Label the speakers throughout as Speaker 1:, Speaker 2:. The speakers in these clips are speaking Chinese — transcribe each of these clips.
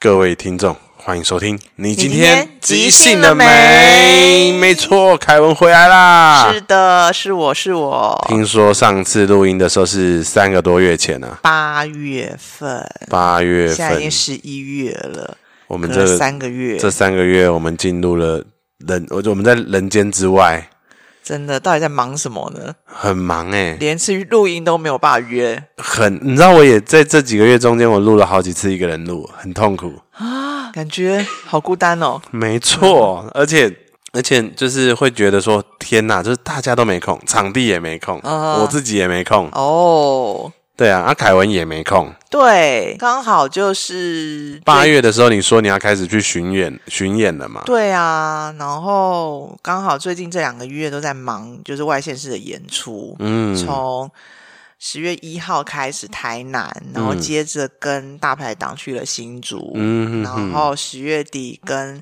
Speaker 1: 各位听众，欢迎收听。你今
Speaker 2: 今天
Speaker 1: 天
Speaker 2: 即
Speaker 1: 即
Speaker 2: 兴
Speaker 1: 兴
Speaker 2: 了
Speaker 1: 了没？
Speaker 2: 没
Speaker 1: 没错，凯文回来啦。
Speaker 2: 是的，是我是我，
Speaker 1: 听说上次录音的时候是三个多月前啊，
Speaker 2: 八月份，
Speaker 1: 八月
Speaker 2: 现在已
Speaker 1: 份
Speaker 2: 经。十一月了，
Speaker 1: 我
Speaker 2: 隔
Speaker 1: 们
Speaker 2: 了
Speaker 1: 这
Speaker 2: 三个月，
Speaker 1: 这三个月，我们进入了人，我我们在人间之外，
Speaker 2: 真的到底在忙什么呢？
Speaker 1: 很忙哎、
Speaker 2: 连去录音都没有办法约
Speaker 1: 很。你知道，我也在这几个月中间，我录了好几次一个人录，很痛苦。
Speaker 2: 啊，感觉好孤单哦。
Speaker 1: 没错，而且而且就是会觉得说，天哪，就是大家都没空，场地也没空，
Speaker 2: 啊
Speaker 1: 我自己也没空，
Speaker 2: 哦，
Speaker 1: 对啊，阿凯文也没空。
Speaker 2: 对，刚好就是
Speaker 1: 八。月的时候，你说你要开始去巡演，巡演了嘛？
Speaker 2: 对啊，然后刚好最近这两个月都在忙，就是外县市的演出。
Speaker 1: 嗯，
Speaker 2: 从十月一号开始台南，然后接着跟大排档去了新竹，
Speaker 1: 嗯
Speaker 2: 然后十月底跟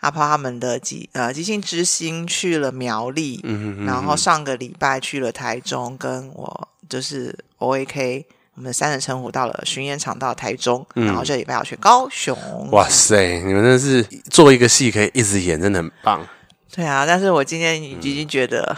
Speaker 2: 阿炮他们的即呃即兴之星去了苗栗，
Speaker 1: 嗯
Speaker 2: 然后上个礼拜去了台中，跟我就是 O A K。我们三人成虎到了巡演场，到台中，
Speaker 1: 嗯
Speaker 2: 然后这礼拜要去高雄。
Speaker 1: 哇塞，你们真的是做一个戏可以一直演，真的很棒，
Speaker 2: 对啊，但是我今天已
Speaker 1: 嗯
Speaker 2: 经觉得，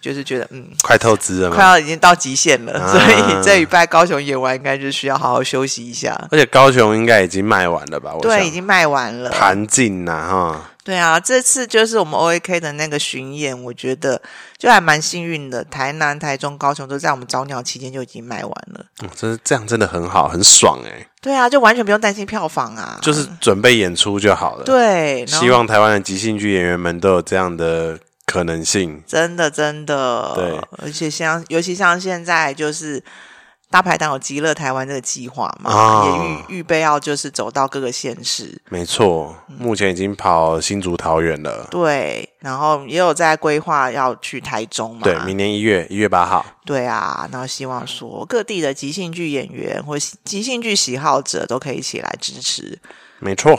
Speaker 2: 就是觉得，嗯，
Speaker 1: 快透支了
Speaker 2: 快
Speaker 1: 嘛。
Speaker 2: 要已经到极限了，
Speaker 1: 啊
Speaker 2: 所以这礼拜高雄演完，应该就是需要好好休息一下。
Speaker 1: 而且高雄应该已经卖完了吧？我
Speaker 2: 对，
Speaker 1: 想
Speaker 2: 已经卖完了。
Speaker 1: 盘尽呐哈。
Speaker 2: 对啊，这次就是我们 O A K 的那个巡演，我觉得就还蛮幸运的。台南、台中、高雄都在我们早鸟期间就已经卖完了。
Speaker 1: 嗯真是这样，真的很好，很爽哎、
Speaker 2: 对啊，就完全不用担心票房啊。
Speaker 1: 就是准备演出就好了。
Speaker 2: 对，然后
Speaker 1: 希望台湾的即兴剧演员们都有这样的可能性。
Speaker 2: 真的真的。
Speaker 1: 对，
Speaker 2: 而且像尤其像现在就是。大排档有极乐台湾这个计划嘛，
Speaker 1: 啊
Speaker 2: 也预预备要就是走到各个县市，
Speaker 1: 没错，
Speaker 2: 嗯
Speaker 1: 目前已经跑新竹、桃园了。
Speaker 2: 对，然后也有在规划要去台中嘛，
Speaker 1: 对，明年一月一月八号，
Speaker 2: 对啊，然后希望说各地的即兴剧演员或喜即兴剧喜好者都可以一起来支持。
Speaker 1: 没错，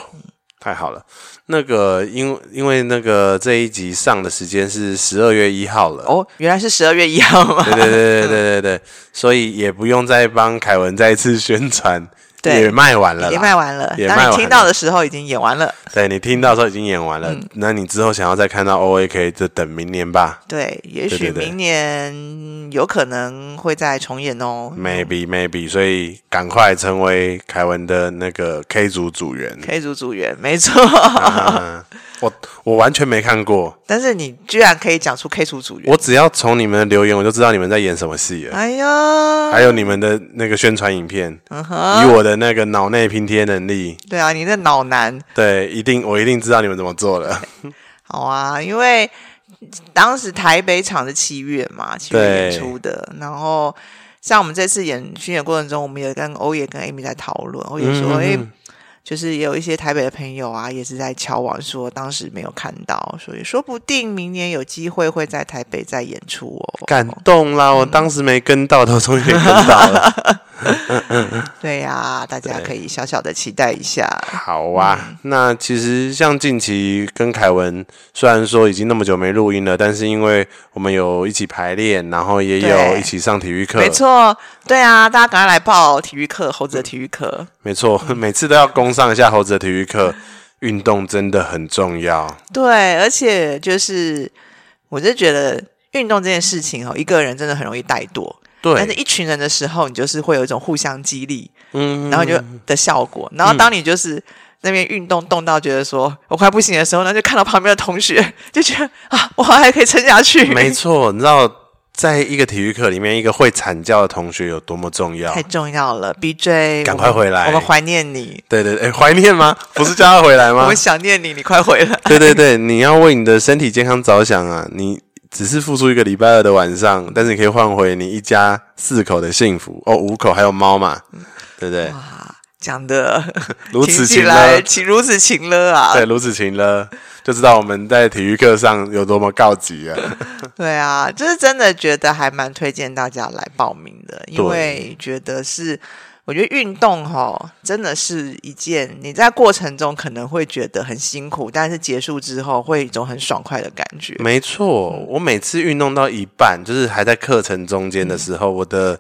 Speaker 1: 太好了。那个，因为因为那个这一集上的时间是十二月一号了。
Speaker 2: 哦，原来是十二月一号吗？
Speaker 1: 对对对对对对对，所以也不用再帮凯文再次宣传，
Speaker 2: 对
Speaker 1: 也卖完了
Speaker 2: 已经
Speaker 1: 啦。
Speaker 2: 卖完了，
Speaker 1: 也卖
Speaker 2: 当
Speaker 1: 完
Speaker 2: 你听
Speaker 1: 了
Speaker 2: 到的时候已经演完了。
Speaker 1: 对你听到的时候已经演完
Speaker 2: 嗯
Speaker 1: 了，那你之后想要再看到 O A K 就等明年吧。
Speaker 2: 对，也
Speaker 1: 对
Speaker 2: 许
Speaker 1: 对对
Speaker 2: 明年有可能会再重演哦。
Speaker 1: Maybe maybe，所以赶快成为凯文的那个 K 组组 员。
Speaker 2: K 组组员，没错。
Speaker 1: 啊我我完全没看过，
Speaker 2: 但是你居然可以讲出 K 组组员，
Speaker 1: 我只要从你们的留言，我就知道你们在演什么戏了。
Speaker 2: 哎呀，
Speaker 1: 还有你们的那个宣传影片，
Speaker 2: 嗯
Speaker 1: 以
Speaker 2: 哼，
Speaker 1: 我的那个脑内拼贴能力，
Speaker 2: 对啊，你的脑男。
Speaker 1: 对，一定我一定知道你们怎么做
Speaker 2: 哦
Speaker 1: 了。
Speaker 2: 好啊，因为当时台北场是七月嘛，七月演出的，然后像我们这次演巡演过程中，我们也跟欧也跟 Amy 在讨论，欧也说，哎、就是也有一些台北的朋友啊，也是在敲网说当时没有看到，所以说不定明年有机会会在台北再演出哦。
Speaker 1: 感动啦！我当时没跟到，都终于跟到 了。
Speaker 2: 对呀、大家可以小小的期待一下。
Speaker 1: 好啊，那其实像近期跟凯文，虽然说已经那么久没录音了，但是因为我们有一起排练，然后也有
Speaker 2: 对
Speaker 1: 一起上体育课，
Speaker 2: 没，错，对啊，大家赶快来报体育课，猴子的体育课。
Speaker 1: 没错， 每次都要攻上一下猴子的体育课。运动真的很重要，
Speaker 2: 对，而且就是，我就觉得运动这件事情哦，一个人真的很容易怠惰，但是
Speaker 1: 对，
Speaker 2: 一群人的时候，你就是会有一种互相激励，
Speaker 1: 嗯
Speaker 2: 然后就的效果。然后当你就是那边运动动到觉得说我快不行的时候，那就看到旁边的同学，就觉得啊，我好像还可以撑下去，
Speaker 1: 没错，你知道，在一个体育课里面，一个会惨叫的同学有多么重要
Speaker 2: 太？重要了。B J，
Speaker 1: 赶快回来
Speaker 2: 我们怀念你，
Speaker 1: 对对对，哎怀念吗？不是叫他回来
Speaker 2: 我
Speaker 1: 吗
Speaker 2: 们？想念你，你快回来。
Speaker 1: 对对对，你要为你的身体健康着想啊！你只是付出一个礼拜二的晚上，但是你可以换回你一家四口的幸福哦，五口还有猫嘛，对不对？
Speaker 2: 哇，讲的
Speaker 1: 如此
Speaker 2: 起
Speaker 1: 情
Speaker 2: 来，
Speaker 1: 了，
Speaker 2: 情如此情了啊！
Speaker 1: 对，如此情了，就知道我们在体育课上有多么告急了。
Speaker 2: 对啊，就是真的觉得还蛮推荐大家来报名的，因为觉得是，我觉得运动哈、真的是一件你在过程中可能会觉得很辛苦，但是结束之后会有一种很爽快的感觉。
Speaker 1: 没错，
Speaker 2: 嗯
Speaker 1: 我每次运动到一半，就是还在课程中间
Speaker 2: 嗯
Speaker 1: 的时候，我的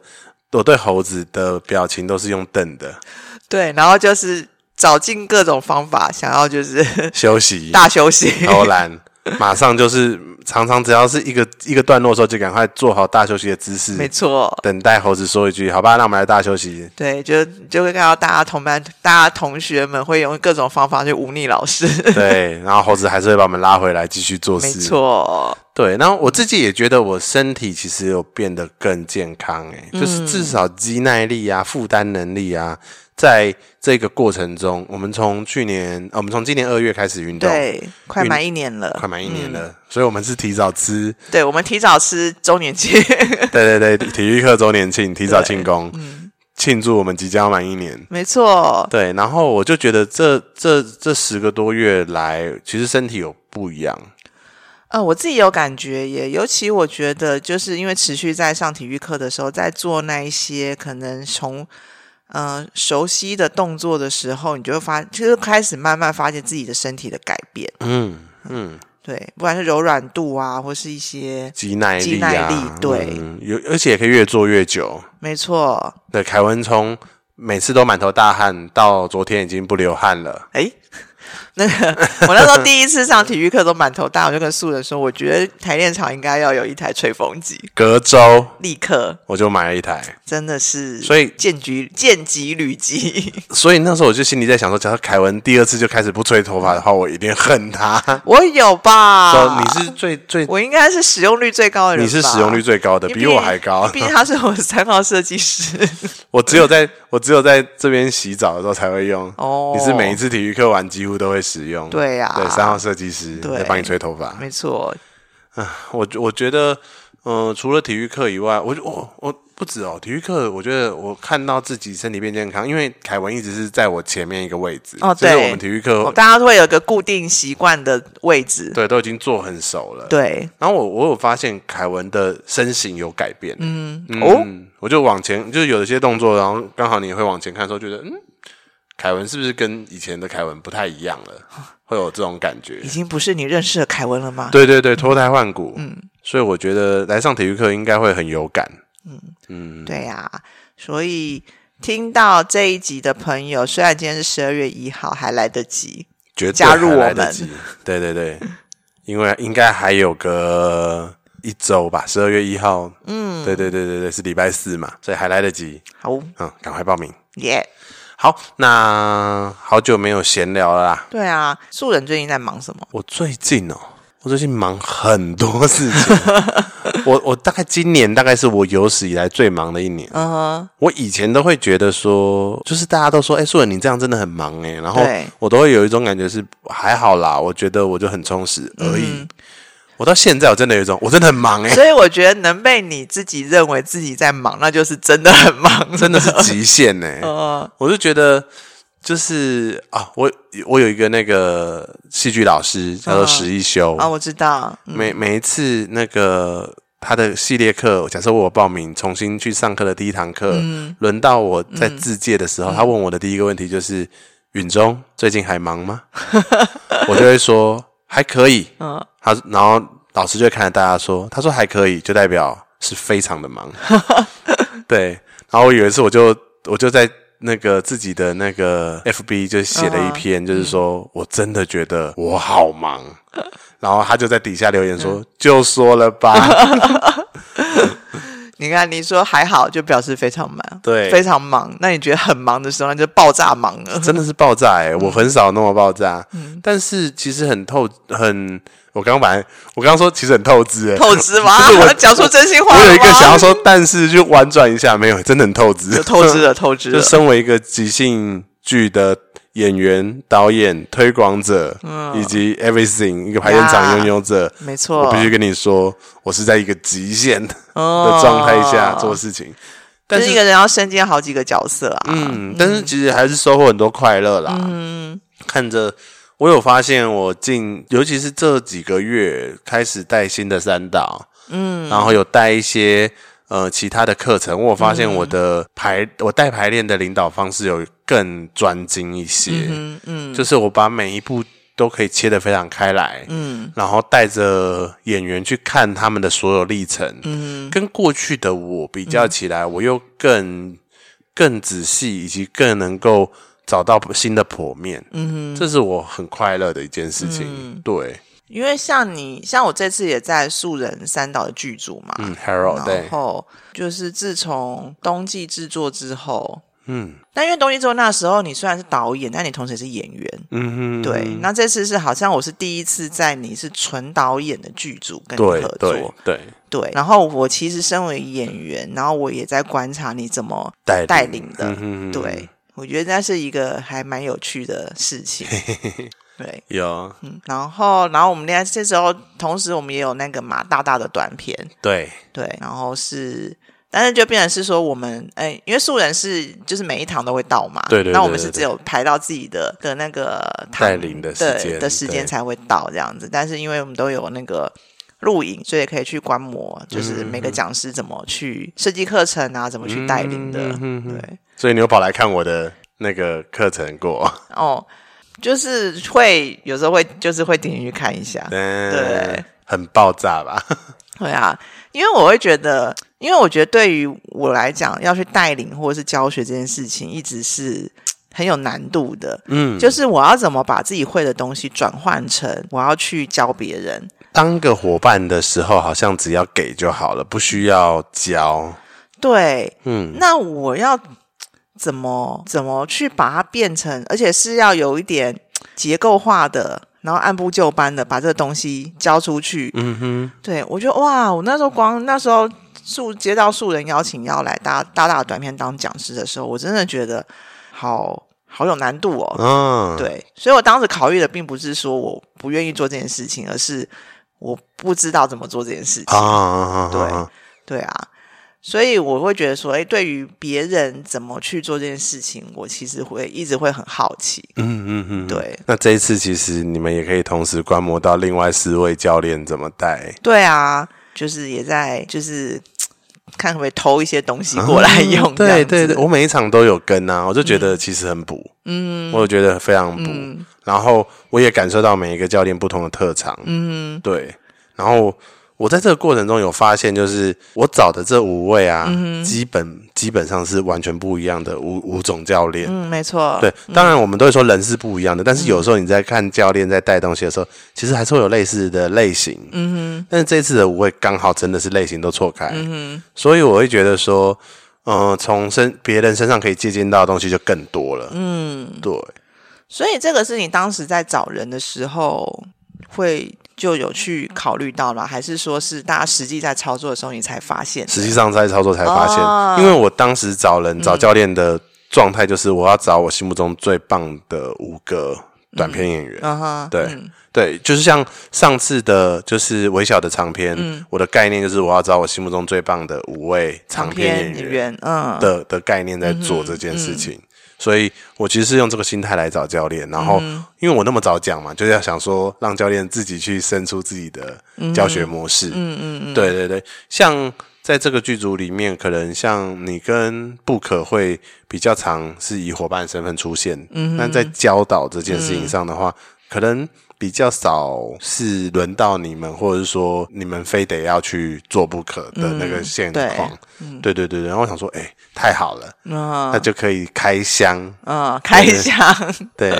Speaker 1: 我对猴子的表情都是用瞪的。
Speaker 2: 对，然后就是找尽各种方法，想要就是
Speaker 1: 休息
Speaker 2: 大休息。
Speaker 1: 偷懒，马上就是常常只要是一个一个段落的时候，就赶快做好大休息的姿势，
Speaker 2: 没错，
Speaker 1: 等待猴子说一句“好吧，那我们来大休 息
Speaker 2: 对，就就会看到大家同班、大家同学们会用各种方法去忤逆老师。”。
Speaker 1: 对，然后猴子还是会把我们拉回来继续做
Speaker 2: 没
Speaker 1: 事。
Speaker 2: 错，
Speaker 1: 对，然后我自己也觉得我身体其实有变得更健康、欸，
Speaker 2: 嗯
Speaker 1: 就是至少肌耐力啊、负担能力啊，在这个过程中，我们从去年，呃我们从今年二月开始运动，
Speaker 2: 对，嗯快
Speaker 1: 运
Speaker 2: 满一年了，
Speaker 1: 快满一年了，所以我们是提早吃，
Speaker 2: 对，我们提早吃周年 庆，
Speaker 1: 对对对，体育课周年庆提早庆功，
Speaker 2: 嗯
Speaker 1: 庆祝我们即将满一年。
Speaker 2: 没错，
Speaker 1: 对，然后我就觉得这这这十个多月来，其实身体有不一样，
Speaker 2: 呃，我自己有感觉耶，尤其我觉得，就是因为持续在上体育课的时候，在做那一些可能从呃熟悉的动作的时候，你就会发，就是开始慢慢发现自己的身体的改变，
Speaker 1: 嗯嗯，
Speaker 2: 对，不管是柔软度啊，或是一些，
Speaker 1: 肌耐力、啊，
Speaker 2: 肌耐力对
Speaker 1: 嗯有、而且也可以越做越久。
Speaker 2: 没错，
Speaker 1: 对，凯文从每次都满头大汗，到昨天已经不流汗了。
Speaker 2: 哎， 那个 我那时候第一次上体育课都满头大汗，我就跟素人说，我觉得台练场应该要有一台吹风机，
Speaker 1: 隔周
Speaker 2: 立刻
Speaker 1: 我就买了一台，
Speaker 2: 真的是，
Speaker 1: 所以
Speaker 2: 见局见机履机。
Speaker 1: 所以那时候我就心里在想说，假如凯文第二次就开始不吹头发的话，我一定恨他。
Speaker 2: 我有吧？
Speaker 1: 说你是最最，
Speaker 2: 啊我应该是使用率最高的人吧，
Speaker 1: 你是使用率最高的，
Speaker 2: 因为
Speaker 1: 比我还高。
Speaker 2: 毕竟他是我三号设计师。
Speaker 1: 我只有在我只有在这边洗澡的时候才会用。
Speaker 2: 哦，
Speaker 1: 你是每一次体育课完几乎都会使用。
Speaker 2: 对呀、
Speaker 1: 对，三号设计师
Speaker 2: 对
Speaker 1: 在帮你吹头发。
Speaker 2: 没错，
Speaker 1: 我我觉得，嗯、除了体育课以外，我我我不止哦，体育课，我觉得我看到自己身体变健康，因为凯文一直是在我前面一个位置，
Speaker 2: 哦
Speaker 1: 就是
Speaker 2: 对
Speaker 1: 我们体育课、
Speaker 2: 我大家都会有一个固定习惯的位置。
Speaker 1: 对都已经坐很熟了。
Speaker 2: 对，
Speaker 1: 然后我我有发现凯文的身形有改变，
Speaker 2: 嗯，哦，
Speaker 1: 嗯，我就往前，就是有一些动作，然后刚好你也会往前看的时候，觉得嗯，凯文是不是跟以前的凯文不太一样了？会有这种感觉
Speaker 2: 已。经不是你认识的凯文了吗？
Speaker 1: 对对对，脱胎换骨。嗯，所以我觉得来上体育课应该会很有感。嗯
Speaker 2: 对呀、所以听到这一集的朋友，虽然今天是十二月一号，还来得及。
Speaker 1: 绝对
Speaker 2: 加入
Speaker 1: 还
Speaker 2: 我
Speaker 1: 来得
Speaker 2: 们
Speaker 1: 及。对对对， 因为应该还有个一周吧，十二月一号。嗯，对对对对对，是礼拜四嘛，所以还来得及。
Speaker 2: 好
Speaker 1: 嗯，赶快报名。
Speaker 2: 耶
Speaker 1: 好，那好久没有闲聊了啦。
Speaker 2: 对啊，素人最近在忙什么？
Speaker 1: 我最近哦，我最近忙很多事 情。我我大概今年大概是我有史以来最忙的一年。
Speaker 2: 嗯哼，
Speaker 1: 我以前都会觉得说，就是大家都说，哎、素人你这样真的很忙哎、然后
Speaker 2: 对
Speaker 1: 我都会有一种感觉是还好啦，我觉得我就很充实而已。我到现在我真的有一种，我真的很忙哎、
Speaker 2: 所以我觉得能被你自己认为自己在忙，那就是真的很忙。
Speaker 1: 真的 是极限哎、
Speaker 2: 呃，
Speaker 1: 我就觉得就是啊，我我有一个那个戏剧老师叫做
Speaker 2: 嗯
Speaker 1: 石一修，
Speaker 2: 啊，我知道，嗯
Speaker 1: 每每一次那个他的系列课，假设我有报名重新去上课的第一堂课，轮、到我在自介的时候，他问我的第一个问题就是：允中最近还忙吗？我就会说还可以。
Speaker 2: 嗯
Speaker 1: 他然后老师就会看着大家说，他说还可以，就代表是非常的忙。对，然后我有一次我就我就在。那个自己的那个 FB 就写了一篇，就是说我真的觉得我好忙，然后他就在底下留言
Speaker 2: 嗯
Speaker 1: 说：“就说了吧，
Speaker 2: 你看你说还好，就表示非常忙，
Speaker 1: 对
Speaker 2: 非常忙。那你觉得很忙的时候，那就爆炸忙了。
Speaker 1: 真的是爆炸哎、
Speaker 2: 嗯
Speaker 1: 我很少那么爆炸，但是其实很透，很我刚刚本来我刚刚说其实很透支、欸，
Speaker 2: 透支吗
Speaker 1: 就是我？
Speaker 2: 讲出真心话
Speaker 1: 我
Speaker 2: 了吗
Speaker 1: 有一个想要说，但是就婉转一下，没有，真的很透支
Speaker 2: 就，透 支了，透支
Speaker 1: 就
Speaker 2: 了。
Speaker 1: 身为一个即兴剧的演员、导演、推广者，以及 everything 一个排练场
Speaker 2: 嗯呀
Speaker 1: 拥有者，
Speaker 2: 没
Speaker 1: 我
Speaker 2: 错，
Speaker 1: 必须跟你说，我是在一个极限的
Speaker 2: 哦
Speaker 1: 状态下做事情，但
Speaker 2: 就是一个人要身兼好几个角色啊。
Speaker 1: 嗯，但是其实还是收获很多快乐啦。看着我有发现，我近尤其是这几个月开始带新的三岛，嗯，然后有带一些呃其他的课程，我有发现我的排、我带排练的领导方式有更专精一些，
Speaker 2: 嗯嗯
Speaker 1: 就是我把每一步都可以切得非常开来，
Speaker 2: 嗯
Speaker 1: 然后带着演员去看他们的所有历程，嗯，跟过去的我比较起来，我又更更仔细，以及更能够找到新的剖面，嗯，这是我很快乐的一件事情。
Speaker 2: 嗯
Speaker 1: 对，
Speaker 2: 因为像你，像我这次也在素人三岛的剧组嘛，
Speaker 1: 嗯，Harold 对
Speaker 2: 然，后就是自从冬季制作之后，
Speaker 1: 嗯
Speaker 2: 但因为冬季制作那时候你虽然是导演，但你同时也是演员，
Speaker 1: 嗯哼，
Speaker 2: 对。那这次是好像我是第一次在你是纯导演的剧组跟你
Speaker 1: 对
Speaker 2: 合
Speaker 1: 对
Speaker 2: 作，
Speaker 1: 对，
Speaker 2: 对。然后我其实身为演员，然后我也在观察你怎么
Speaker 1: 带
Speaker 2: 带领的，
Speaker 1: 嗯哼
Speaker 2: 对。我觉得那是一个还蛮有趣的事 情，对。
Speaker 1: 有
Speaker 2: 嗯然后，然后我们另外这时候，同时我们也有那个马大大的短片，
Speaker 1: 对
Speaker 2: 对，然后是，但是就变成是说我们，哎，因为素人是就是每一堂都会到嘛，
Speaker 1: 对对对
Speaker 2: 那我们是
Speaker 1: 对对
Speaker 2: 只有排到自己的的那个堂
Speaker 1: 带领的时
Speaker 2: 对
Speaker 1: 间
Speaker 2: 的时
Speaker 1: 对
Speaker 2: 间才会到这样子，但是因为我们都有那个。录影，所以可以去观摩，
Speaker 1: 嗯
Speaker 2: 就是每个讲师怎么去设计课程啊，怎么去带领
Speaker 1: 嗯
Speaker 2: 的，对，
Speaker 1: 所以你又跑来看我的那个课程 过，
Speaker 2: 哦，就是会有时候会就是会点进去看一下，
Speaker 1: 对，嗯很爆炸吧？
Speaker 2: 对啊，因为我会觉得，因为我觉得对于我来讲，要去带领或者是教学这件事情，一直是很有难度的。
Speaker 1: 嗯，
Speaker 2: 就是我要怎么把自己会的东西转换成我要去教别人，
Speaker 1: 当个伙伴的时候，好像只要给就好了，不需要教。
Speaker 2: 对，
Speaker 1: 嗯，
Speaker 2: 那我要怎么怎么去把它变成，而且是要有一点结构化的，然后按部就班的把这个东西交出去。嗯哼，对我觉得哇，我那时候光那时候素接到素人邀请要来搭搭大的短片当讲师的时候，我真的觉得好好有难度哦。
Speaker 1: 嗯，
Speaker 2: 对，所以我当时考虑的并不是说我不愿意做这件事情，而是我不知道怎么做这件事
Speaker 1: 啊
Speaker 2: 情。
Speaker 1: 啊，
Speaker 2: 对
Speaker 1: 啊
Speaker 2: 对啊，所以我会觉得说，哎，对于别人怎么去做这件事情，我其实会一直会很好奇。
Speaker 1: 嗯嗯嗯，
Speaker 2: 对
Speaker 1: 那这一次其实你们也可以同时观摩到另外四位教练怎么带。
Speaker 2: 对啊，就是也在就是看可不可以偷一些东西过来用、
Speaker 1: 嗯对对对，我每一场都有跟啊，我就觉得其实很补，嗯，我觉得非常补，然后我也感受到每一个教练不同的特长，嗯，对，然后我在这个过程中有发现，就是我找的这五位啊，基本基本上是完全不一样的五五种教练，
Speaker 2: 嗯，没错，
Speaker 1: 对，当然我们都会说人是不一样的，但是有时候你在看教练在带东西的时候，其实还是会有类似的类型。嗯哼，但是这次的舞会刚好真的是类型都错开。嗯哼，所以我会觉得说，呃，从身别人身上可以借鉴到的东西就更多了。嗯，对，
Speaker 2: 所以这个是你当时在找人的时候会就有去考虑到吗？还是说是大家实际在操作的时候你才发现？
Speaker 1: 实际上在操作才发现，
Speaker 2: 哦
Speaker 1: 因为我当时找人找教练的状态就是我要找我心目中最棒的五个短片演员。
Speaker 2: 嗯哼，
Speaker 1: 对、
Speaker 2: 嗯
Speaker 1: 对，就是像上次的，就是微小的长篇，我的概念就是我要找我心目中最棒的五位长
Speaker 2: 长
Speaker 1: 篇
Speaker 2: 篇
Speaker 1: 演
Speaker 2: 演
Speaker 1: 员嗯
Speaker 2: 员，嗯，
Speaker 1: 的的概念在做这件事情。所以我其实是用这个心态来找教练，然后因为我那么早讲嘛，就是要想说让教练自己去生出自己的教学模式。嗯嗯嗯，对对对，像在这个剧组里面，可能像你跟不可会比较常是以伙伴身份出现，嗯，但在教导这件事情上的话，可能。比较少是轮到你们，或者是说你们非得要去做不可的那个现
Speaker 2: 对
Speaker 1: 况，嗯对嗯对对对，然后我想说，哎、太好了，
Speaker 2: 嗯
Speaker 1: 那就可以开箱。
Speaker 2: 嗯，开
Speaker 1: 对
Speaker 2: 箱。
Speaker 1: 对，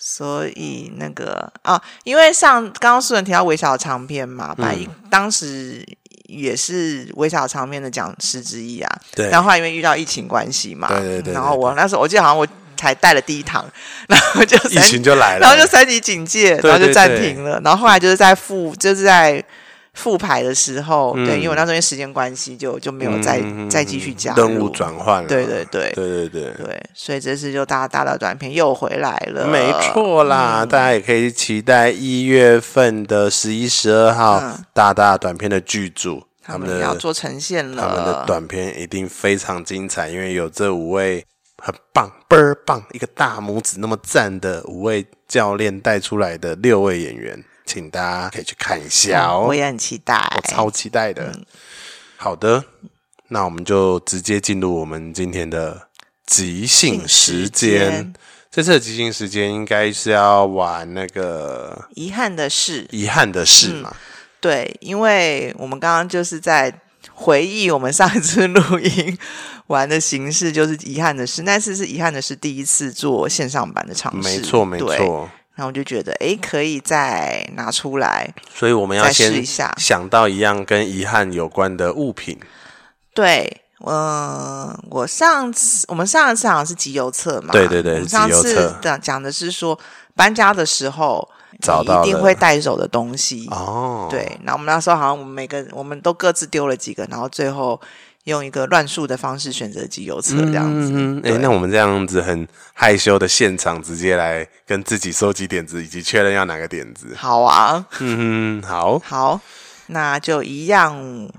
Speaker 2: 所以那个啊，因为像刚刚素人提到微小的长片嘛，
Speaker 1: 嗯
Speaker 2: 本来一当时也是微小长片的讲师之一啊。
Speaker 1: 对
Speaker 2: 然后后来因为遇到疫情关系嘛，
Speaker 1: 对对对对
Speaker 2: 然后我那时候我记得好像我才带了第一堂， 然后就
Speaker 1: 疫
Speaker 2: 三
Speaker 1: 情就来了，
Speaker 2: 然后就三级警戒，
Speaker 1: 对
Speaker 2: 然后就暂
Speaker 1: 对
Speaker 2: 停了。然后后来就是在复就是在复牌的时候，
Speaker 1: 嗯
Speaker 2: 对，因为我那时候因为时间关系就就没有再、
Speaker 1: 嗯
Speaker 2: 再继续加入
Speaker 1: 任务转换了，
Speaker 2: 对对对
Speaker 1: 对对对，
Speaker 2: 对，所以这次就大大的短片又回来了，
Speaker 1: 没。错啦，大家也可以期待一月份的十一、十二号、
Speaker 2: 嗯
Speaker 1: 大大短片的剧组，
Speaker 2: 他
Speaker 1: 们
Speaker 2: 们
Speaker 1: 的
Speaker 2: 要做呈现了，
Speaker 1: 他们的短片一定非常精彩，因为有这五位很棒、倍儿棒，一个大拇指那么赞的五位教练带出来的六位演员，请大家可以去看一下哦。
Speaker 2: 我也很期待。
Speaker 1: 我超期待的。
Speaker 2: 嗯
Speaker 1: 好的，那我们就直接进入我们今天的即兴时
Speaker 2: 即兴时
Speaker 1: 间
Speaker 2: 间。
Speaker 1: 这次的即兴时间应该是要玩那个
Speaker 2: 遗憾的是，
Speaker 1: 遗憾的事嘛？
Speaker 2: 对，因为我们刚刚就是在回忆我们上一次录音玩的形式，就是遗憾的是，那次是遗憾的是第一次做线上版的尝试，
Speaker 1: 没错没
Speaker 2: 嗯对。
Speaker 1: 错。
Speaker 2: 然后我就觉得，诶，可以再拿出来，
Speaker 1: 所以我们要
Speaker 2: 再试
Speaker 1: 先
Speaker 2: 一下
Speaker 1: 想到一样跟遗憾有关的物品，
Speaker 2: 对，嗯、我上次我们上一次好像是集邮册嘛，
Speaker 1: 对对对
Speaker 2: 我们上
Speaker 1: 集邮册
Speaker 2: 次讲讲的是说搬家的时候，
Speaker 1: 找
Speaker 2: 你
Speaker 1: 到
Speaker 2: 一定
Speaker 1: 了
Speaker 2: 会带走的东西。
Speaker 1: 哦，
Speaker 2: 对，那我们那时候好像我们每个我们都各自丢了几个，然后最后用一个乱数的方式选择集邮册这样子。
Speaker 1: 嗯，哎、
Speaker 2: 对
Speaker 1: 那我们这样子很害羞的现场，直接来跟自己收集点子，以及确认要哪个点子。
Speaker 2: 好啊，
Speaker 1: 嗯，好，
Speaker 2: 好，那就一样，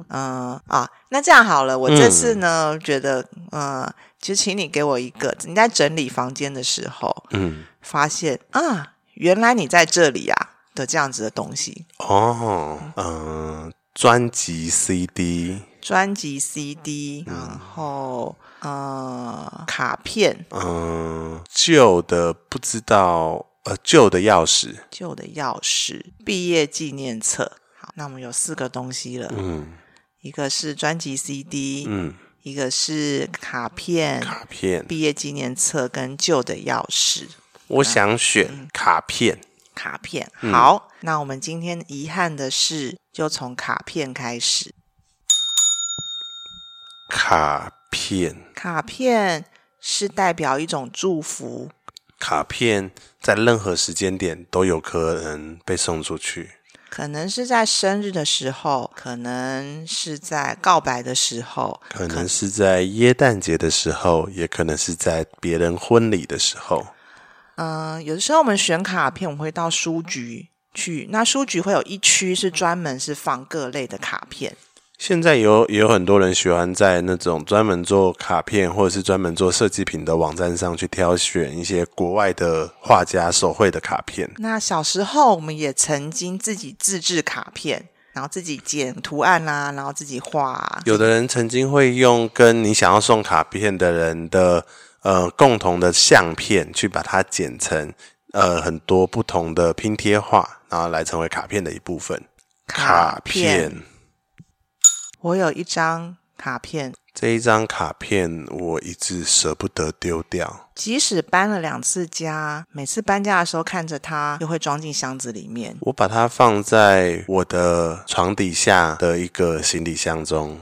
Speaker 2: 嗯、啊，那这样好了，我这次呢、觉得，嗯、就请你给我一个，你在整理房间的时候，
Speaker 1: 嗯，
Speaker 2: 发现啊，原来你在这里啊的这样子的东西，
Speaker 1: 哦，嗯、专辑 CD，
Speaker 2: 专辑、CD，然
Speaker 1: 嗯
Speaker 2: 后呃卡片、
Speaker 1: 嗯、旧的不知道，呃，旧的钥匙，
Speaker 2: 旧的钥匙、毕业纪念册。好，那我们有四个东西了，
Speaker 1: 嗯
Speaker 2: 一个是专辑 CD，、
Speaker 1: 嗯，
Speaker 2: 一个是卡片、
Speaker 1: 卡片，
Speaker 2: 毕业纪念册跟旧的钥匙。
Speaker 1: 我想选卡片，
Speaker 2: 卡片
Speaker 1: 嗯
Speaker 2: 好，那我们今天遗憾的是，就从卡片开始。
Speaker 1: 卡片，
Speaker 2: 卡片是代表一种祝福，
Speaker 1: 卡片，在任何时间点都有可能被送出去。
Speaker 2: 可能是在生日的时候，可能是在告白的时候，
Speaker 1: 可能是在耶诞节的时候，也可能是在别人婚礼的时候。
Speaker 2: 嗯、有的时候我们选卡片，我们会到书局去，那书局会有一区是专门是放各类的卡片，
Speaker 1: 现在有也有很多人喜欢在那种专门做卡片或者是专门做设计品的网站上去挑选一些国外的画家手绘的卡片。
Speaker 2: 那小时候我们也曾经自己自制卡片，然后自己剪图案啦、然后自己画、啊。
Speaker 1: 有的人曾经会用跟你想要送卡片的人的呃共同的相片去把它剪成呃很多不同的拼贴画，然后来成为卡片的一部分。卡片，
Speaker 2: 我有一张卡片，
Speaker 1: 这一张卡片我一直舍不得丢掉。
Speaker 2: 即使搬了两次家，每次搬家的时候看着它，又会装进箱子里面。
Speaker 1: 我把它放在我的床底下的一个行李箱中。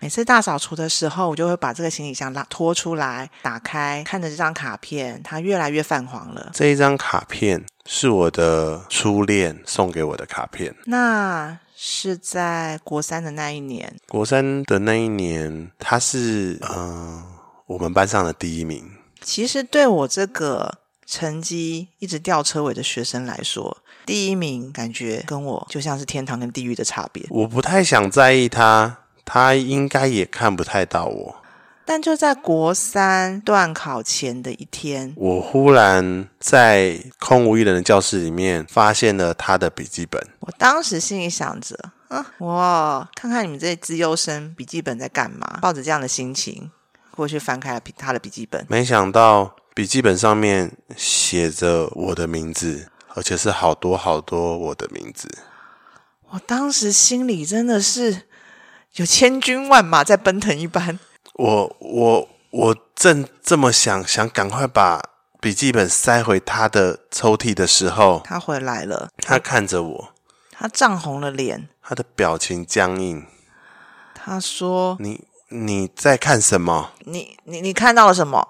Speaker 2: 每次大扫除的时候，我就会把这个行李箱拉拖出来，打开，看着这张卡片，它越来越泛黄了。
Speaker 1: 这一张卡片是我的初恋送给我的卡片。
Speaker 2: 那是在国三的那一年，
Speaker 1: 国三的那一年，他是嗯、呃我们班上的第一名。
Speaker 2: 其实对我这个成绩一直掉车尾的学生来说，第一名感觉跟我就像是天堂跟地狱的差别。
Speaker 1: 我不太想在意他，他应该也看不太到我。
Speaker 2: 但就在国三段考前的一天，
Speaker 1: 我忽然在空无一人的教室里面发现了他的笔记本。
Speaker 2: 我当时心里想着。啊，哇！看看你们这些资优生笔记本在干嘛？抱着这样的心情，过去翻开了笔他的笔记本，
Speaker 1: 没想到笔记本上面写着我的名字，而且是好多好多我的名字。
Speaker 2: 我当时心里真的是有千军万马在奔腾一般，
Speaker 1: 我我我正这么想，想赶快把笔记本塞回他的抽屉的时候，
Speaker 2: 他回来了，
Speaker 1: 他看着我，
Speaker 2: 他涨红了脸，
Speaker 1: 他的表情僵硬。
Speaker 2: 他说
Speaker 1: 你你在看什么？：“
Speaker 2: 你你你看到了什么？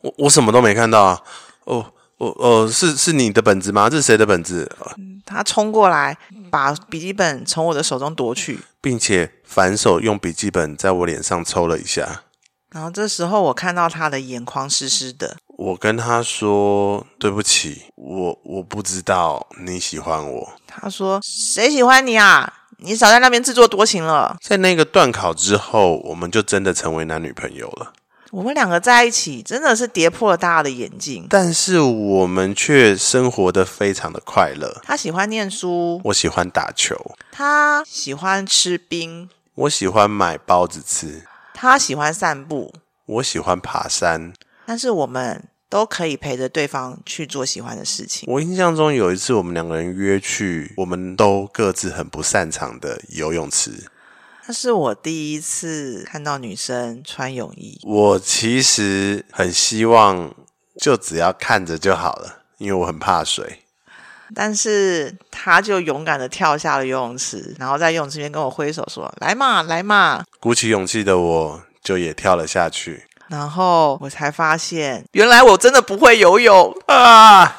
Speaker 1: 我我什么都没看到啊！哦。哦哦，是是你的本子吗？这是谁的本子？呃
Speaker 2: 他冲过来，把笔记本从我的手中夺去。
Speaker 1: 并且反手用笔记本在我脸上抽了一下。
Speaker 2: 然后这时候我看到他的眼眶湿湿的，
Speaker 1: 我跟他说：“对不起，我我不知道你喜欢我。
Speaker 2: 他说：‘谁喜欢你啊？你少在那边自作多情了’。”
Speaker 1: 在那个断考之后，我们就真的成为男女朋友了。
Speaker 2: 我们两个在一起真的是跌破了大家的眼镜。
Speaker 1: 但是我们却生活的非常的快乐。
Speaker 2: 他喜欢念书，
Speaker 1: 我喜欢打球，
Speaker 2: 他喜欢吃冰，
Speaker 1: 我喜欢买包子吃，
Speaker 2: 他喜欢散步，
Speaker 1: 我喜欢爬山。
Speaker 2: 但是我们都可以陪着对方去做喜欢的事情。
Speaker 1: 我印象中有一次，我们两个人约去，我们都各自很不擅长的游泳池。
Speaker 2: 那是我第一次看到女生穿泳衣。
Speaker 1: 我其实很希望就只要看着就好了，因为我很怕水。
Speaker 2: 但是他就勇敢的跳下了游泳池，然后在游泳池边跟我挥手说：“来嘛，来嘛
Speaker 1: 鼓起勇气的我，就也跳了下去！”
Speaker 2: 然后我才发现，原来我真的不会游泳。
Speaker 1: 啊！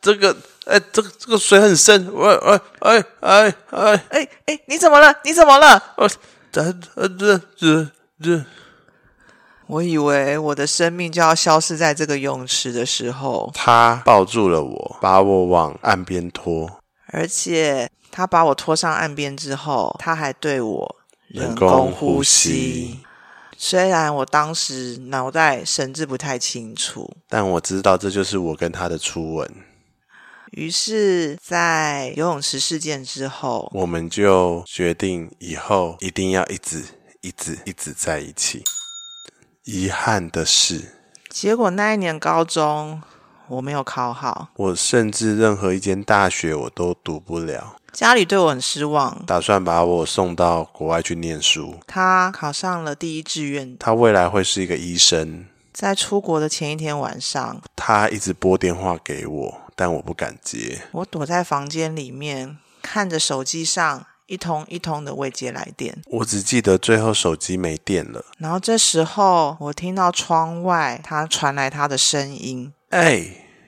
Speaker 1: 这个，哎、这个这个水很深，我哎哎哎哎，
Speaker 2: 哎哎，你怎么了？你怎么了？
Speaker 1: 我这这这这，
Speaker 2: 我以为我的生命就要消失在这个泳池的时候，
Speaker 1: 他抱住了我，把我往岸边拖，
Speaker 2: 而且他把我拖上岸边之后，他还对我
Speaker 1: 人工呼吸。
Speaker 2: 虽然我当时脑袋神志不太清楚，
Speaker 1: 但我知道这就是我跟他的初吻，
Speaker 2: 于是，在游泳池事件之后，
Speaker 1: 我们就决定以后一定要一直、一直、一直在一起。遗憾的是，
Speaker 2: 结果那一年高中我没有考好，
Speaker 1: 我甚至任何一间大学我都读不了，
Speaker 2: 家里对我很失望。
Speaker 1: 打算把我送到国外去念书。
Speaker 2: 他考上了第一志愿，
Speaker 1: 他未来会是一个医生。
Speaker 2: 在出国的前一天晚上，
Speaker 1: 他一直拨电话给我，但我不敢接。
Speaker 2: 我躲在房间里面，看着手机上一通一通的未接来电。
Speaker 1: 我只记得最后手机没电了。
Speaker 2: 然后这时候，我听到窗外他传来他的声音。
Speaker 1: 哎，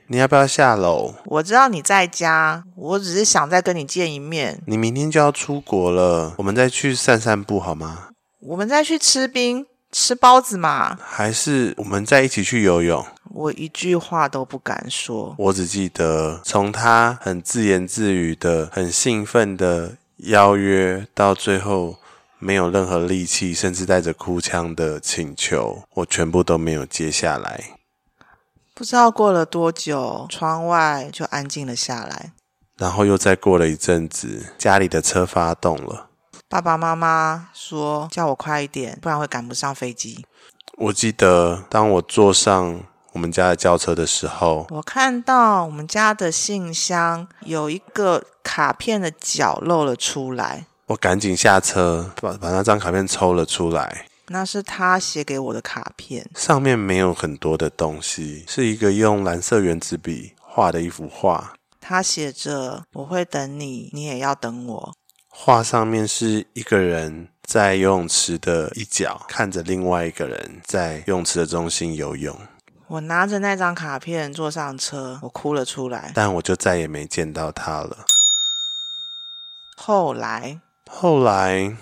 Speaker 1: 你要不要下楼？
Speaker 2: 我知道你在家，我只是想再跟你见一面，
Speaker 1: 你明天就要出国了，我们再去散散步好吗？
Speaker 2: 我们再去吃冰吃包子嘛。
Speaker 1: 还是我们再一起去游泳？
Speaker 2: 我一句话都不敢说。
Speaker 1: 我只记得从他很自言自语的、很兴奋的邀约，到最后没有任何力气，甚至带着哭腔的请求，我全部都没有接下来。
Speaker 2: 不知道过了多久，窗外就安静了下来。
Speaker 1: 然后又再过了一阵子，家里的车发动了。
Speaker 2: 爸爸妈妈说叫我快一点，不然会赶不上飞机。
Speaker 1: 我记得当我坐上我们家的轿车的时候，
Speaker 2: 我看到我们家的信箱有一个卡片的角露了出来，
Speaker 1: 我赶紧下车，把把那张卡片抽了出来。
Speaker 2: 那是他写给我的卡片。
Speaker 1: 上面没有很多的东西，是一个用蓝色圆珠笔画的一幅画。
Speaker 2: 他写着：“我会等你，你也要等我。
Speaker 1: 画上面是一个人在游泳池的一角看着另外一个人在游泳池的中心游泳，”
Speaker 2: 我拿着那张卡片坐上车，我哭了出来。
Speaker 1: 但我就再也没见到他了。
Speaker 2: 后来
Speaker 1: 后来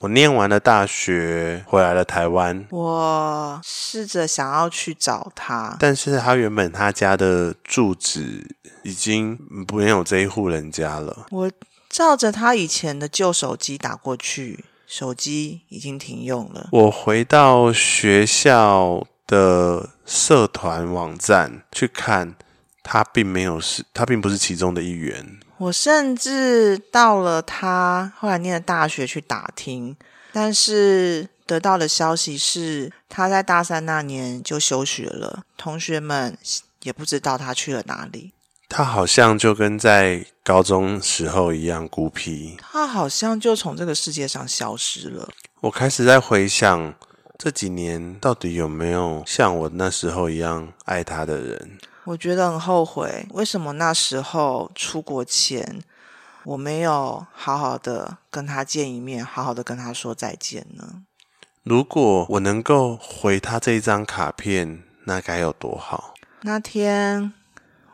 Speaker 1: 我念完了大学，回来了台湾，
Speaker 2: 我试着想要去找他，
Speaker 1: 但是他原本他家的住址已经没有这一户人家了。
Speaker 2: 我照着他以前的旧手机打过去，手机已经停用了。
Speaker 1: 我回到学校的社团网站去看，他并没有是，他并不是其中的一员。
Speaker 2: 我甚至到了他后来念的大学去打听，但是得到的消息是，他在大三那年就休学了，同学们也不知道他去了哪里。
Speaker 1: 他好像就跟在高中时候一样孤僻。
Speaker 2: 他好像就从这个世界上消失了。
Speaker 1: 我开始在回想这几年到底有没有像我那时候一样爱他的人。
Speaker 2: 我觉得很后悔，为什么那时候出国前我没有好好的跟他见一面，好好的跟他说再见呢？
Speaker 1: 如果我能够回他这一张卡片，那该有多好！
Speaker 2: 那天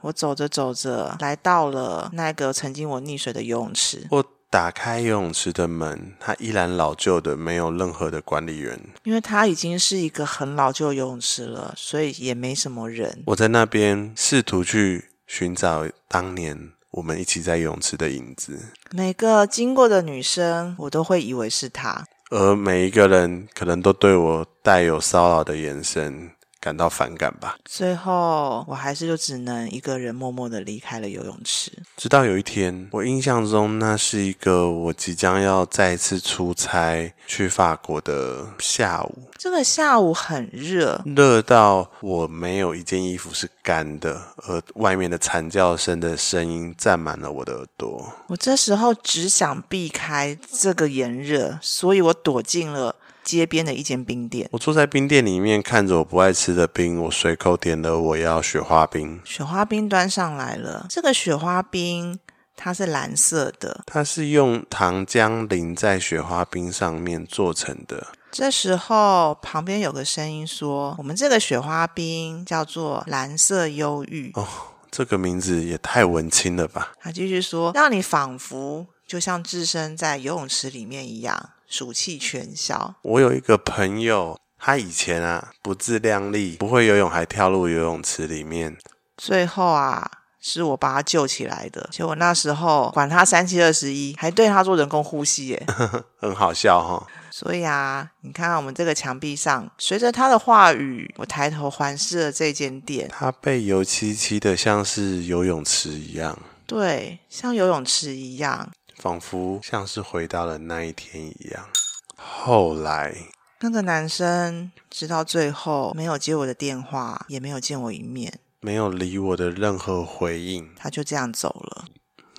Speaker 2: 我走着走着，来到了那个曾经我溺水的游泳池，
Speaker 1: 我打开游泳池的门，它依然老旧的，没有任何的管理员。
Speaker 2: 因为它已经是一个很老旧的游泳池了，所以也没什么人。
Speaker 1: 我在那边试图去寻找当年我们一起在游泳池的影子，
Speaker 2: 每个经过的女生，我都会以为是他。
Speaker 1: 而每一个人可能都对我带有骚扰的眼神感到反感吧。
Speaker 2: 最后我还是就只能一个人默默的离开了游泳池。
Speaker 1: 直到有一天，我印象中那是一个我即将要再次出差去法国的下午，
Speaker 2: 这个下午很热，
Speaker 1: 热到我没有一件衣服是干的，而外面的惨叫声的声音占满了我的耳朵。
Speaker 2: 我这时候只想避开这个炎热，所以我躲进了街边的一间冰店。
Speaker 1: 我坐在冰店里面，看着我不爱吃的冰，我随口点了我要雪花冰。
Speaker 2: 雪花冰端上来了，这个雪花冰它是蓝色的。
Speaker 1: 它是用糖浆淋在雪花冰上面做成的，
Speaker 2: 这时候旁边有个声音说：“我们这个雪花冰叫做蓝色忧郁。
Speaker 1: 这个名字也太文青了吧！
Speaker 2: 他继续说：“让你仿佛就像置身在游泳池里面一样，暑气全消。
Speaker 1: 我有一个朋友，他以前啊不自量力，不会游泳还跳入游泳池里面。”
Speaker 2: 最后啊，是我把他救起来的。结果那时候管他三七二十一，还对他做人工呼吸耶。
Speaker 1: 很好笑哈、
Speaker 2: 所以啊，你看看我们这个墙壁上，随着他的话语，我抬头环视了这间店，
Speaker 1: 它被油漆漆的像是游泳池一样，
Speaker 2: 对，像游泳池一样。
Speaker 1: 仿佛像是回到了那一天一样。后来
Speaker 2: 那个男生直到最后没有接我的电话，也没有见我一面，
Speaker 1: 没有理我的任何回应，
Speaker 2: 他就这样走了。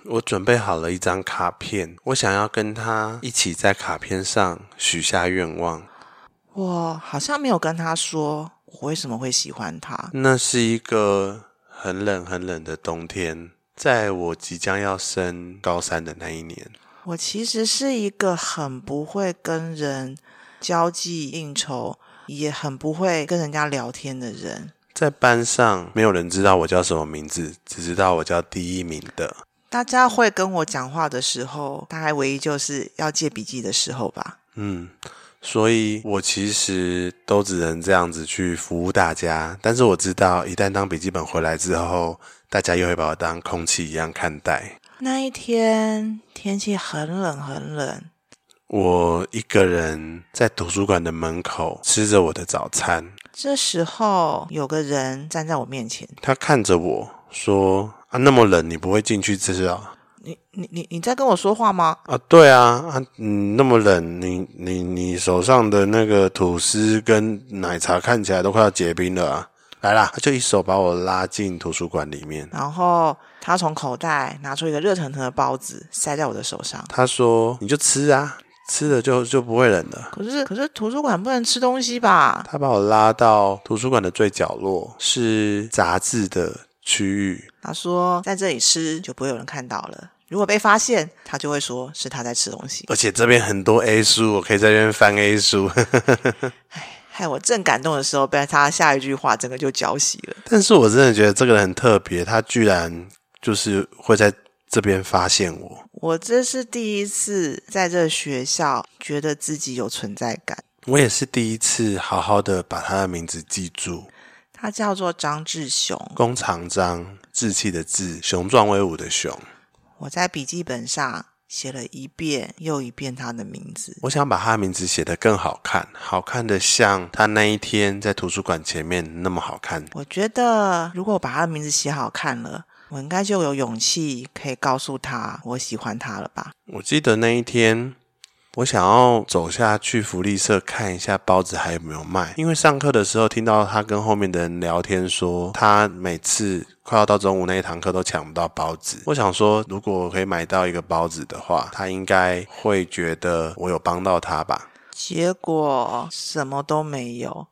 Speaker 1: 我准备好了一张卡片，我想要跟他一起在卡片上许下愿望。
Speaker 2: 我好像没有跟他说我为什么会喜欢他。
Speaker 1: 那是一个很冷很冷的冬天，在我即将要升高三的那一年，
Speaker 2: 我其实是一个很不会跟人交际应酬，也很不会跟人家聊天的人。
Speaker 1: 在班上没有人知道我叫什么名字，只知道我叫第一名的。
Speaker 2: 大家会跟我讲话的时候，大概唯一就是要借笔记的时候吧。
Speaker 1: 嗯，所以我其实都只能这样子去服务大家。但是我知道，一旦当笔记本回来之后，大家又会把我当空气一样看待。
Speaker 2: 那一天天气很冷很冷，
Speaker 1: 我一个人在图书馆的门口吃着我的早餐，
Speaker 2: 这时候有个人站在我面前，
Speaker 1: 他看着我说：“啊，那么冷，你不会进去吃啊？”
Speaker 2: 你你你你在跟我说话吗？
Speaker 1: 啊，对啊，啊，嗯，那么冷，你你你手上的那个吐司跟奶茶看起来都快要结冰了啊！来啦，他就一手把我拉进图书馆里面。
Speaker 2: 然后他从口袋拿出一个热腾腾的包子，塞在我的手上。
Speaker 1: 他说：“你就吃啊，吃了就就不会冷了。”
Speaker 2: 可是可是图书馆不能吃东西吧？
Speaker 1: 他把我拉到图书馆的最角落，是杂志的区域。
Speaker 2: 他说在这里吃就不会有人看到了。如果被发现，他就会说是他在吃东西。
Speaker 1: 而且这边很多 A 书，我可以在这边翻 A 书，
Speaker 2: 害我正感动的时候，被他下一句话整个就搅洗了。
Speaker 1: 但是我真的觉得这个人很特别，他居然就是会在这边发现我。
Speaker 2: 我这是第一次在这学校觉得自己有存在感。
Speaker 1: 我也是第一次好好的把他的名字记住，
Speaker 2: 他叫做张志雄。
Speaker 1: 弓长张，志气的志，雄壮威武的雄。
Speaker 2: 我在笔记本上写了一遍又一遍他的名字。
Speaker 1: 我想把他的名字写得更好看，好看的像他那一天在图书馆前面那么好看。
Speaker 2: 我觉得如果我把他的名字写好看了，我应该就有勇气可以告诉他我喜欢他了吧？
Speaker 1: 我记得那一天，我想要走下去福利社看一下包子还有没有卖，因为上课的时候听到他跟后面的人聊天说，他每次快要到中午那一堂课都抢不到包子。我想说，如果我可以买到一个包子的话，他应该会觉得我有帮到他吧。
Speaker 2: 结果什么都没有。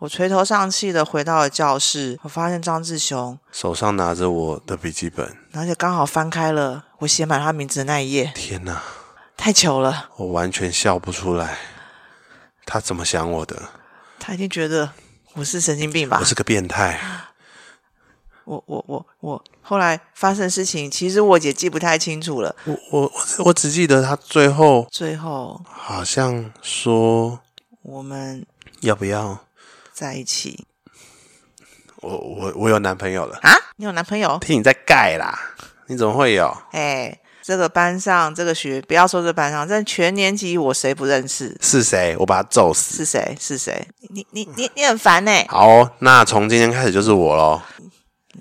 Speaker 2: 我垂头丧气的回到了教室，我发现张志雄，
Speaker 1: 手上拿着我的笔记本，
Speaker 2: 而且刚好翻开了我写满他名字的那一页，
Speaker 1: 天哪，
Speaker 2: 太糗了！
Speaker 1: 我完全笑不出来。他怎么想我的？
Speaker 2: 他一定觉得我是神经病吧
Speaker 1: 我？是个变态。
Speaker 2: 我我我我，后来发生的事情，其实我也记不太清楚了。
Speaker 1: 我我我只我只记得他最后
Speaker 2: 最后
Speaker 1: 好像说
Speaker 2: 我们
Speaker 1: 要不要
Speaker 2: 在一起
Speaker 1: 我我我有男朋友了，
Speaker 2: 啊？你有男朋友？
Speaker 1: 听你在盖啦，你怎么会有？
Speaker 2: 哎，这个班上这个学，不要说这班上，但全年级我谁不认识？
Speaker 1: 是谁？我把他揍死。
Speaker 2: 是谁？是谁？你你你你很烦欸呢、
Speaker 1: 好哦，那从今天开始就是我喽。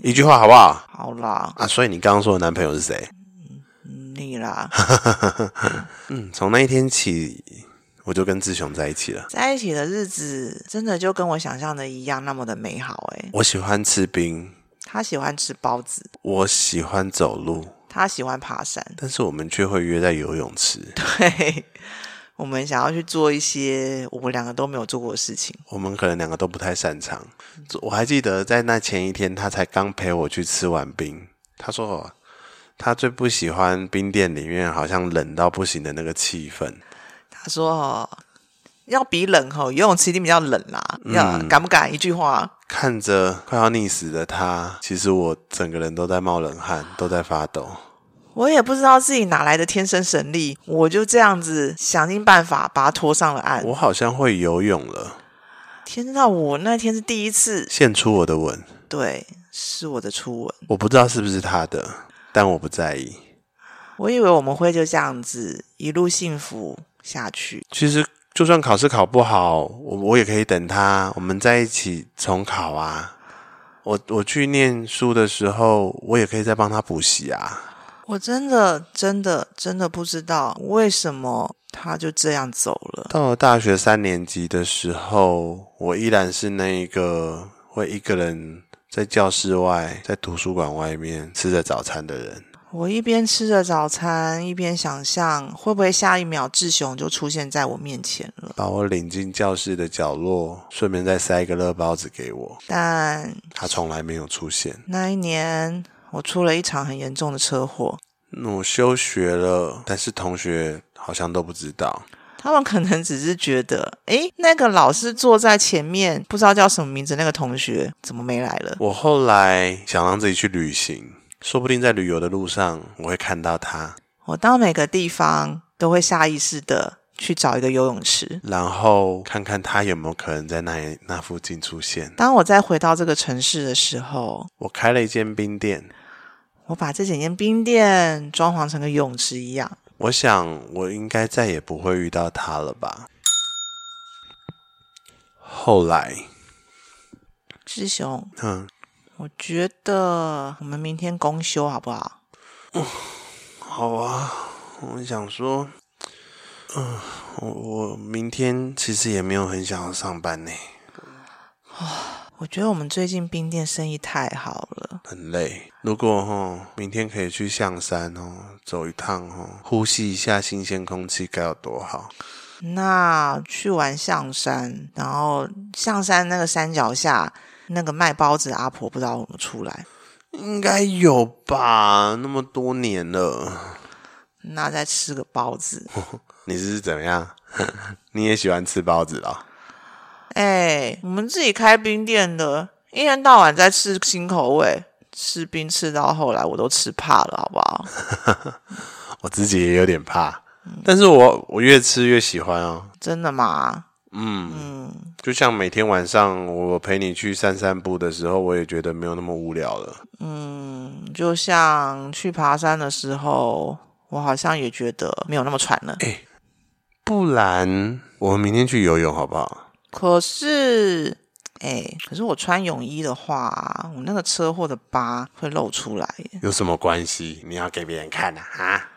Speaker 1: 一句话好不好？
Speaker 2: 好啦，
Speaker 1: 啊，所以你刚刚说的男朋友是谁？
Speaker 2: 你啦，
Speaker 1: 嗯，从那一天起，我就跟志雄在一起了。
Speaker 2: 在一起的日子真的就跟我想象的一样，那么的美好哎、
Speaker 1: 我喜欢吃冰，
Speaker 2: 他喜欢吃包子，
Speaker 1: 我喜欢走路，
Speaker 2: 他喜欢爬山，
Speaker 1: 但是我们却会约在游泳池。
Speaker 2: 对。我们想要去做一些我们两个都没有做过的事情，
Speaker 1: 我们可能两个都不太擅长。我还记得在那前一天，他才刚陪我去吃完冰，他说哦他最不喜欢冰店里面好像冷到不行的那个气氛。
Speaker 2: 他说哦，要比冷吼，游泳池一定比较冷啦，要敢不敢？一句话，
Speaker 1: 看着快要溺死的他，其实我整个人都在冒冷汗，都在发抖。
Speaker 2: 我也不知道自己哪来的天生神力，我就这样子想尽办法把他拖上了岸。
Speaker 1: 我好像会游泳了，
Speaker 2: 天呐，我那天是第一次，
Speaker 1: 献出我的吻，
Speaker 2: 对，是我的初吻。
Speaker 1: 我不知道是不是他的，但我不在意。
Speaker 2: 我以为我们会就这样子一路幸福下去，
Speaker 1: 其实就算考试考不好，我我也可以等他，我们在一起重考啊。我我去念书的时候，我也可以再帮他补习啊。
Speaker 2: 我真的真的真的不知道为什么他就这样走了。
Speaker 1: 到了大学三年级的时候，我依然是那一个会一个人在教室外、在图书馆外面吃着早餐的人。
Speaker 2: 我一边吃着早餐，一边想象会不会下一秒志雄就出现在我面前了。
Speaker 1: 把我领进教室的角落，顺便再塞一个热包子给我。
Speaker 2: 但
Speaker 1: 他从来没有出现。
Speaker 2: 那一年我出了一场很严重的车祸，
Speaker 1: 嗯我休学了，但是同学好像都不知道。
Speaker 2: 他们可能只是觉得，诶，那个老师坐在前面，不知道叫什么名字那个同学怎么没来了？
Speaker 1: 我后来想让自己去旅行，说不定在旅游的路上我会看到他，
Speaker 2: 我到每个地方都会下意识的去找一个游泳池。
Speaker 1: 然后看看他有没有可能在那那附近出现。
Speaker 2: 当我再回到这个城市的时候，
Speaker 1: 我开了一间冰店，
Speaker 2: 我把这整间冰店装潢成跟游泳池一样。
Speaker 1: 我想我应该再也不会遇到他了吧。后来，
Speaker 2: 志雄，
Speaker 1: 嗯，
Speaker 2: 我觉得我们明天公休好不好？
Speaker 1: 好啊，我想说，嗯、我我明天其实也没有很想要上班呢，
Speaker 2: 我觉得我们最近冰店生意太好了，
Speaker 1: 很累。如果哦，明天可以去象山哦，走一趟哦，呼吸一下新鲜空气，该有多好。
Speaker 2: 那去完象山，然后象山那个山脚下那个卖包子的阿婆不知道有没有出来，
Speaker 1: 应该有吧，那么多年了。
Speaker 2: 那再吃个包子。
Speaker 1: 你是怎么样？ 你也喜欢吃包子哦啦？
Speaker 2: 哎，我们自己开冰店的，一天到晚在吃新口味，吃冰吃到后来我都吃怕了，好不好？
Speaker 1: 我自己也有点怕，但是我我越吃越喜欢哦。
Speaker 2: 真的吗？
Speaker 1: 就像每天晚上我陪你去散散步的时候，我也觉得没有那么无聊了。
Speaker 2: 嗯就像去爬山的时候，我好像也觉得没有那么喘了。
Speaker 1: 不然我们明天去游泳好不好？
Speaker 2: 可是，哎、可是我穿泳衣的话，我那个车祸的疤会露出来耶，
Speaker 1: 有什么关系？你要给别人看啊？啊，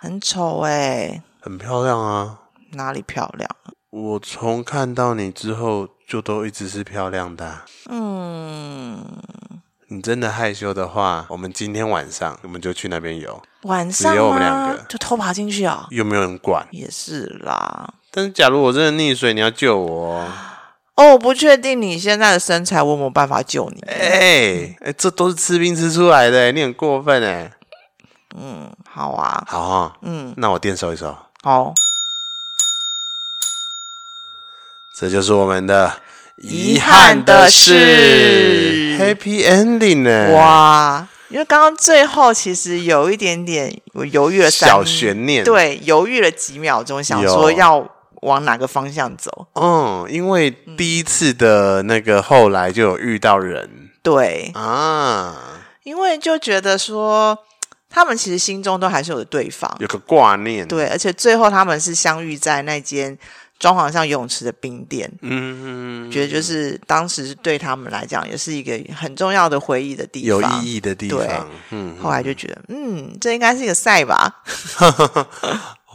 Speaker 2: 很丑哎、
Speaker 1: 很漂亮啊！
Speaker 2: 哪里漂亮？
Speaker 1: 我从看到你之后，就都一直是漂亮的啊、
Speaker 2: 嗯，
Speaker 1: 你真的害羞的话，我们今天晚上我们就去那边游，
Speaker 2: 晚上
Speaker 1: 只有我们
Speaker 2: 吗
Speaker 1: 两个
Speaker 2: 就偷爬进去啊、
Speaker 1: 又没有人管。
Speaker 2: 也是啦。
Speaker 1: 但是假如我真的溺水，你要救我哦！
Speaker 2: 哦，我不确定你现在的身材我有没有办法救你。
Speaker 1: 哎、哎、这都是吃冰吃出来的，欸你很过分哎！
Speaker 2: 好啊，
Speaker 1: 好哈、
Speaker 2: 嗯，
Speaker 1: 那我电收一收。
Speaker 2: 好，
Speaker 1: 这就是我们的
Speaker 2: 遗憾的事
Speaker 1: ，Happy Ending 呢？，
Speaker 2: 哇，因为刚刚最后其实有一点点我犹豫了三
Speaker 1: 小悬念。，
Speaker 2: 对，犹豫了几秒钟，想说要往哪个方向走。
Speaker 1: 嗯，因为第一次的那个后来就有遇到人
Speaker 2: 对，
Speaker 1: 啊，
Speaker 2: 因为就觉得说。他们其实心中都还是有对方，
Speaker 1: 有个挂念，
Speaker 2: 对，而且最后他们是相遇在那间装潢上游泳池的冰店，
Speaker 1: 嗯，
Speaker 2: 觉得就是当时对他们来讲也是一个很重要的回忆的地
Speaker 1: 有
Speaker 2: 方，
Speaker 1: 意义的地
Speaker 2: 对
Speaker 1: 方。嗯，
Speaker 2: 后来就觉得，嗯，这应该是一个赛吧，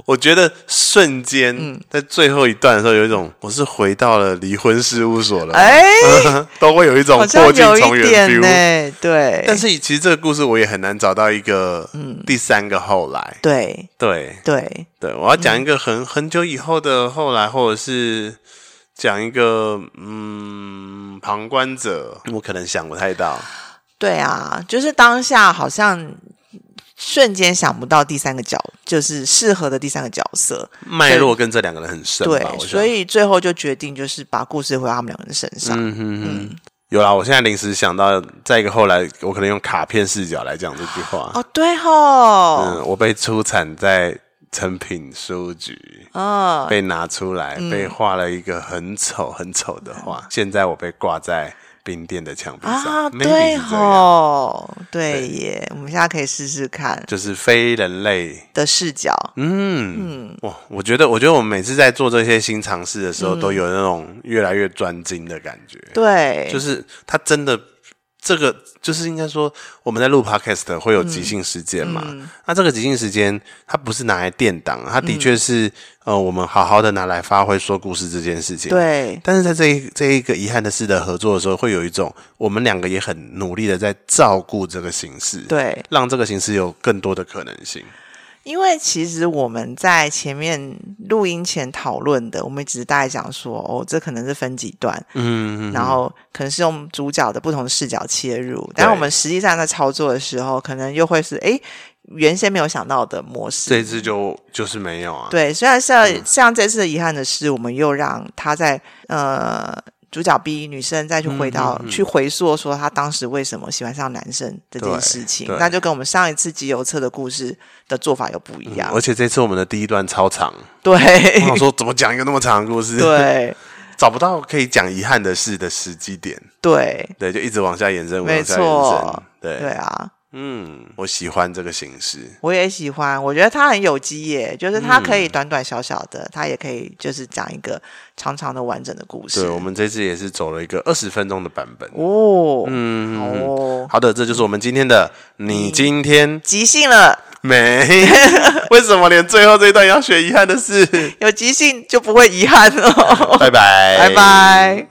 Speaker 1: 我觉得瞬
Speaker 2: 嗯
Speaker 1: 间在最后一段的时候，有一种我是回到了离婚事务所了，
Speaker 2: 哎、
Speaker 1: 都会有一种
Speaker 2: 好
Speaker 1: 嗯
Speaker 2: 像
Speaker 1: 破镜
Speaker 2: 有
Speaker 1: 重
Speaker 2: 一
Speaker 1: 圆
Speaker 2: 点
Speaker 1: feel
Speaker 2: 呢、。对，
Speaker 1: 但是其实这个故事我也很难找到一个第三个后来。
Speaker 2: 嗯对
Speaker 1: 对
Speaker 2: 对，
Speaker 1: 对，我要讲一个很、很久以后的后来，或者是讲一个嗯旁观者，
Speaker 2: 嗯
Speaker 1: 我可能想不太到。
Speaker 2: 对啊，就是当下好像瞬间想不到第三个角，就是适合的第三个角色。
Speaker 1: 脉络跟这两个人很深
Speaker 2: 对
Speaker 1: 吧，我，想
Speaker 2: 所以最后就决定就是把故事回到他们两个人身上。
Speaker 1: 嗯哼哼，有啦，我现在临时想到，再一个后来，我可能用卡片视角来讲这句话。
Speaker 2: 哦，对吼，
Speaker 1: 嗯，我被出产在成品书局，
Speaker 2: 嗯，
Speaker 1: 被拿出来，被画了一个很丑很丑的画。现在我被挂在冰店的墙壁上，
Speaker 2: 嗯啊，
Speaker 1: maybe 是
Speaker 2: 对
Speaker 1: 这样，
Speaker 2: 吼，对
Speaker 1: 对
Speaker 2: 耶，我们现在可以试试看
Speaker 1: 就是非人类。
Speaker 2: 的视角。
Speaker 1: 嗯，哇，我觉得，我觉得我们每次在做这些新尝试的时
Speaker 2: 嗯
Speaker 1: 候，都有那种越来越专精的感觉。
Speaker 2: 对，
Speaker 1: 就是他真的这个就是应该说我们在录 podcast 会有即兴时间嘛？
Speaker 2: 嗯
Speaker 1: 那这个即兴时间它不是拿来垫档，它的确是、
Speaker 2: 嗯
Speaker 1: 呃我们好好的拿来发挥说故事这件事情。。
Speaker 2: 对，
Speaker 1: 但是在这一这一个遗憾的事的合作的时候，会有一种我们两个也很努力的在照顾这个形式，，
Speaker 2: 对，
Speaker 1: 让这个形式有更多的可能性。
Speaker 2: 因为其实我们在前面录音前讨论的，我们只是大概讲说，哦，这可能是分几段，
Speaker 1: 嗯，
Speaker 2: 然后可能是用主角的不同的视角切入，但是我们实际上在操作的时候，可能又会是诶原先没有想到的模式。
Speaker 1: 这一次就就是没有啊，，
Speaker 2: 嗯对，虽然是像这次的遗憾的是，我们又让他在呃主角 B 女生再去
Speaker 1: 嗯
Speaker 2: 回到、去回溯说她当时为什么喜欢上男生这件
Speaker 1: 对
Speaker 2: 事情
Speaker 1: 对，
Speaker 2: 那就跟我们上一次集邮册的故事的做法又不一样。
Speaker 1: 嗯而且这次我们的第一段超 长，我想
Speaker 2: 对
Speaker 1: 说怎么讲一个那么长的故事？
Speaker 2: 对
Speaker 1: 找不到可以讲遗憾的事的时机点，
Speaker 2: 对
Speaker 1: 对，就一直往下延伸，
Speaker 2: 没
Speaker 1: 往
Speaker 2: 错
Speaker 1: 下延伸，对，
Speaker 2: 对啊！
Speaker 1: 嗯，我喜欢这个形式，
Speaker 2: 我也喜欢，我觉得它很有机耶，就是它可以
Speaker 1: 嗯
Speaker 2: 短短小小的，它也可以就是讲一个长长的完整的故事。
Speaker 1: 对我们这次也是走了一个二十分钟的版本，
Speaker 2: 哦，
Speaker 1: 嗯，
Speaker 2: 哦，
Speaker 1: 好的，这就是我们今天的，你今天
Speaker 2: 即兴了，
Speaker 1: 没？为什么连最后这一段要选遗憾的事？
Speaker 2: 有即兴就不会遗憾了。
Speaker 1: 哦
Speaker 2: 哦
Speaker 1: 拜拜，
Speaker 2: 拜拜。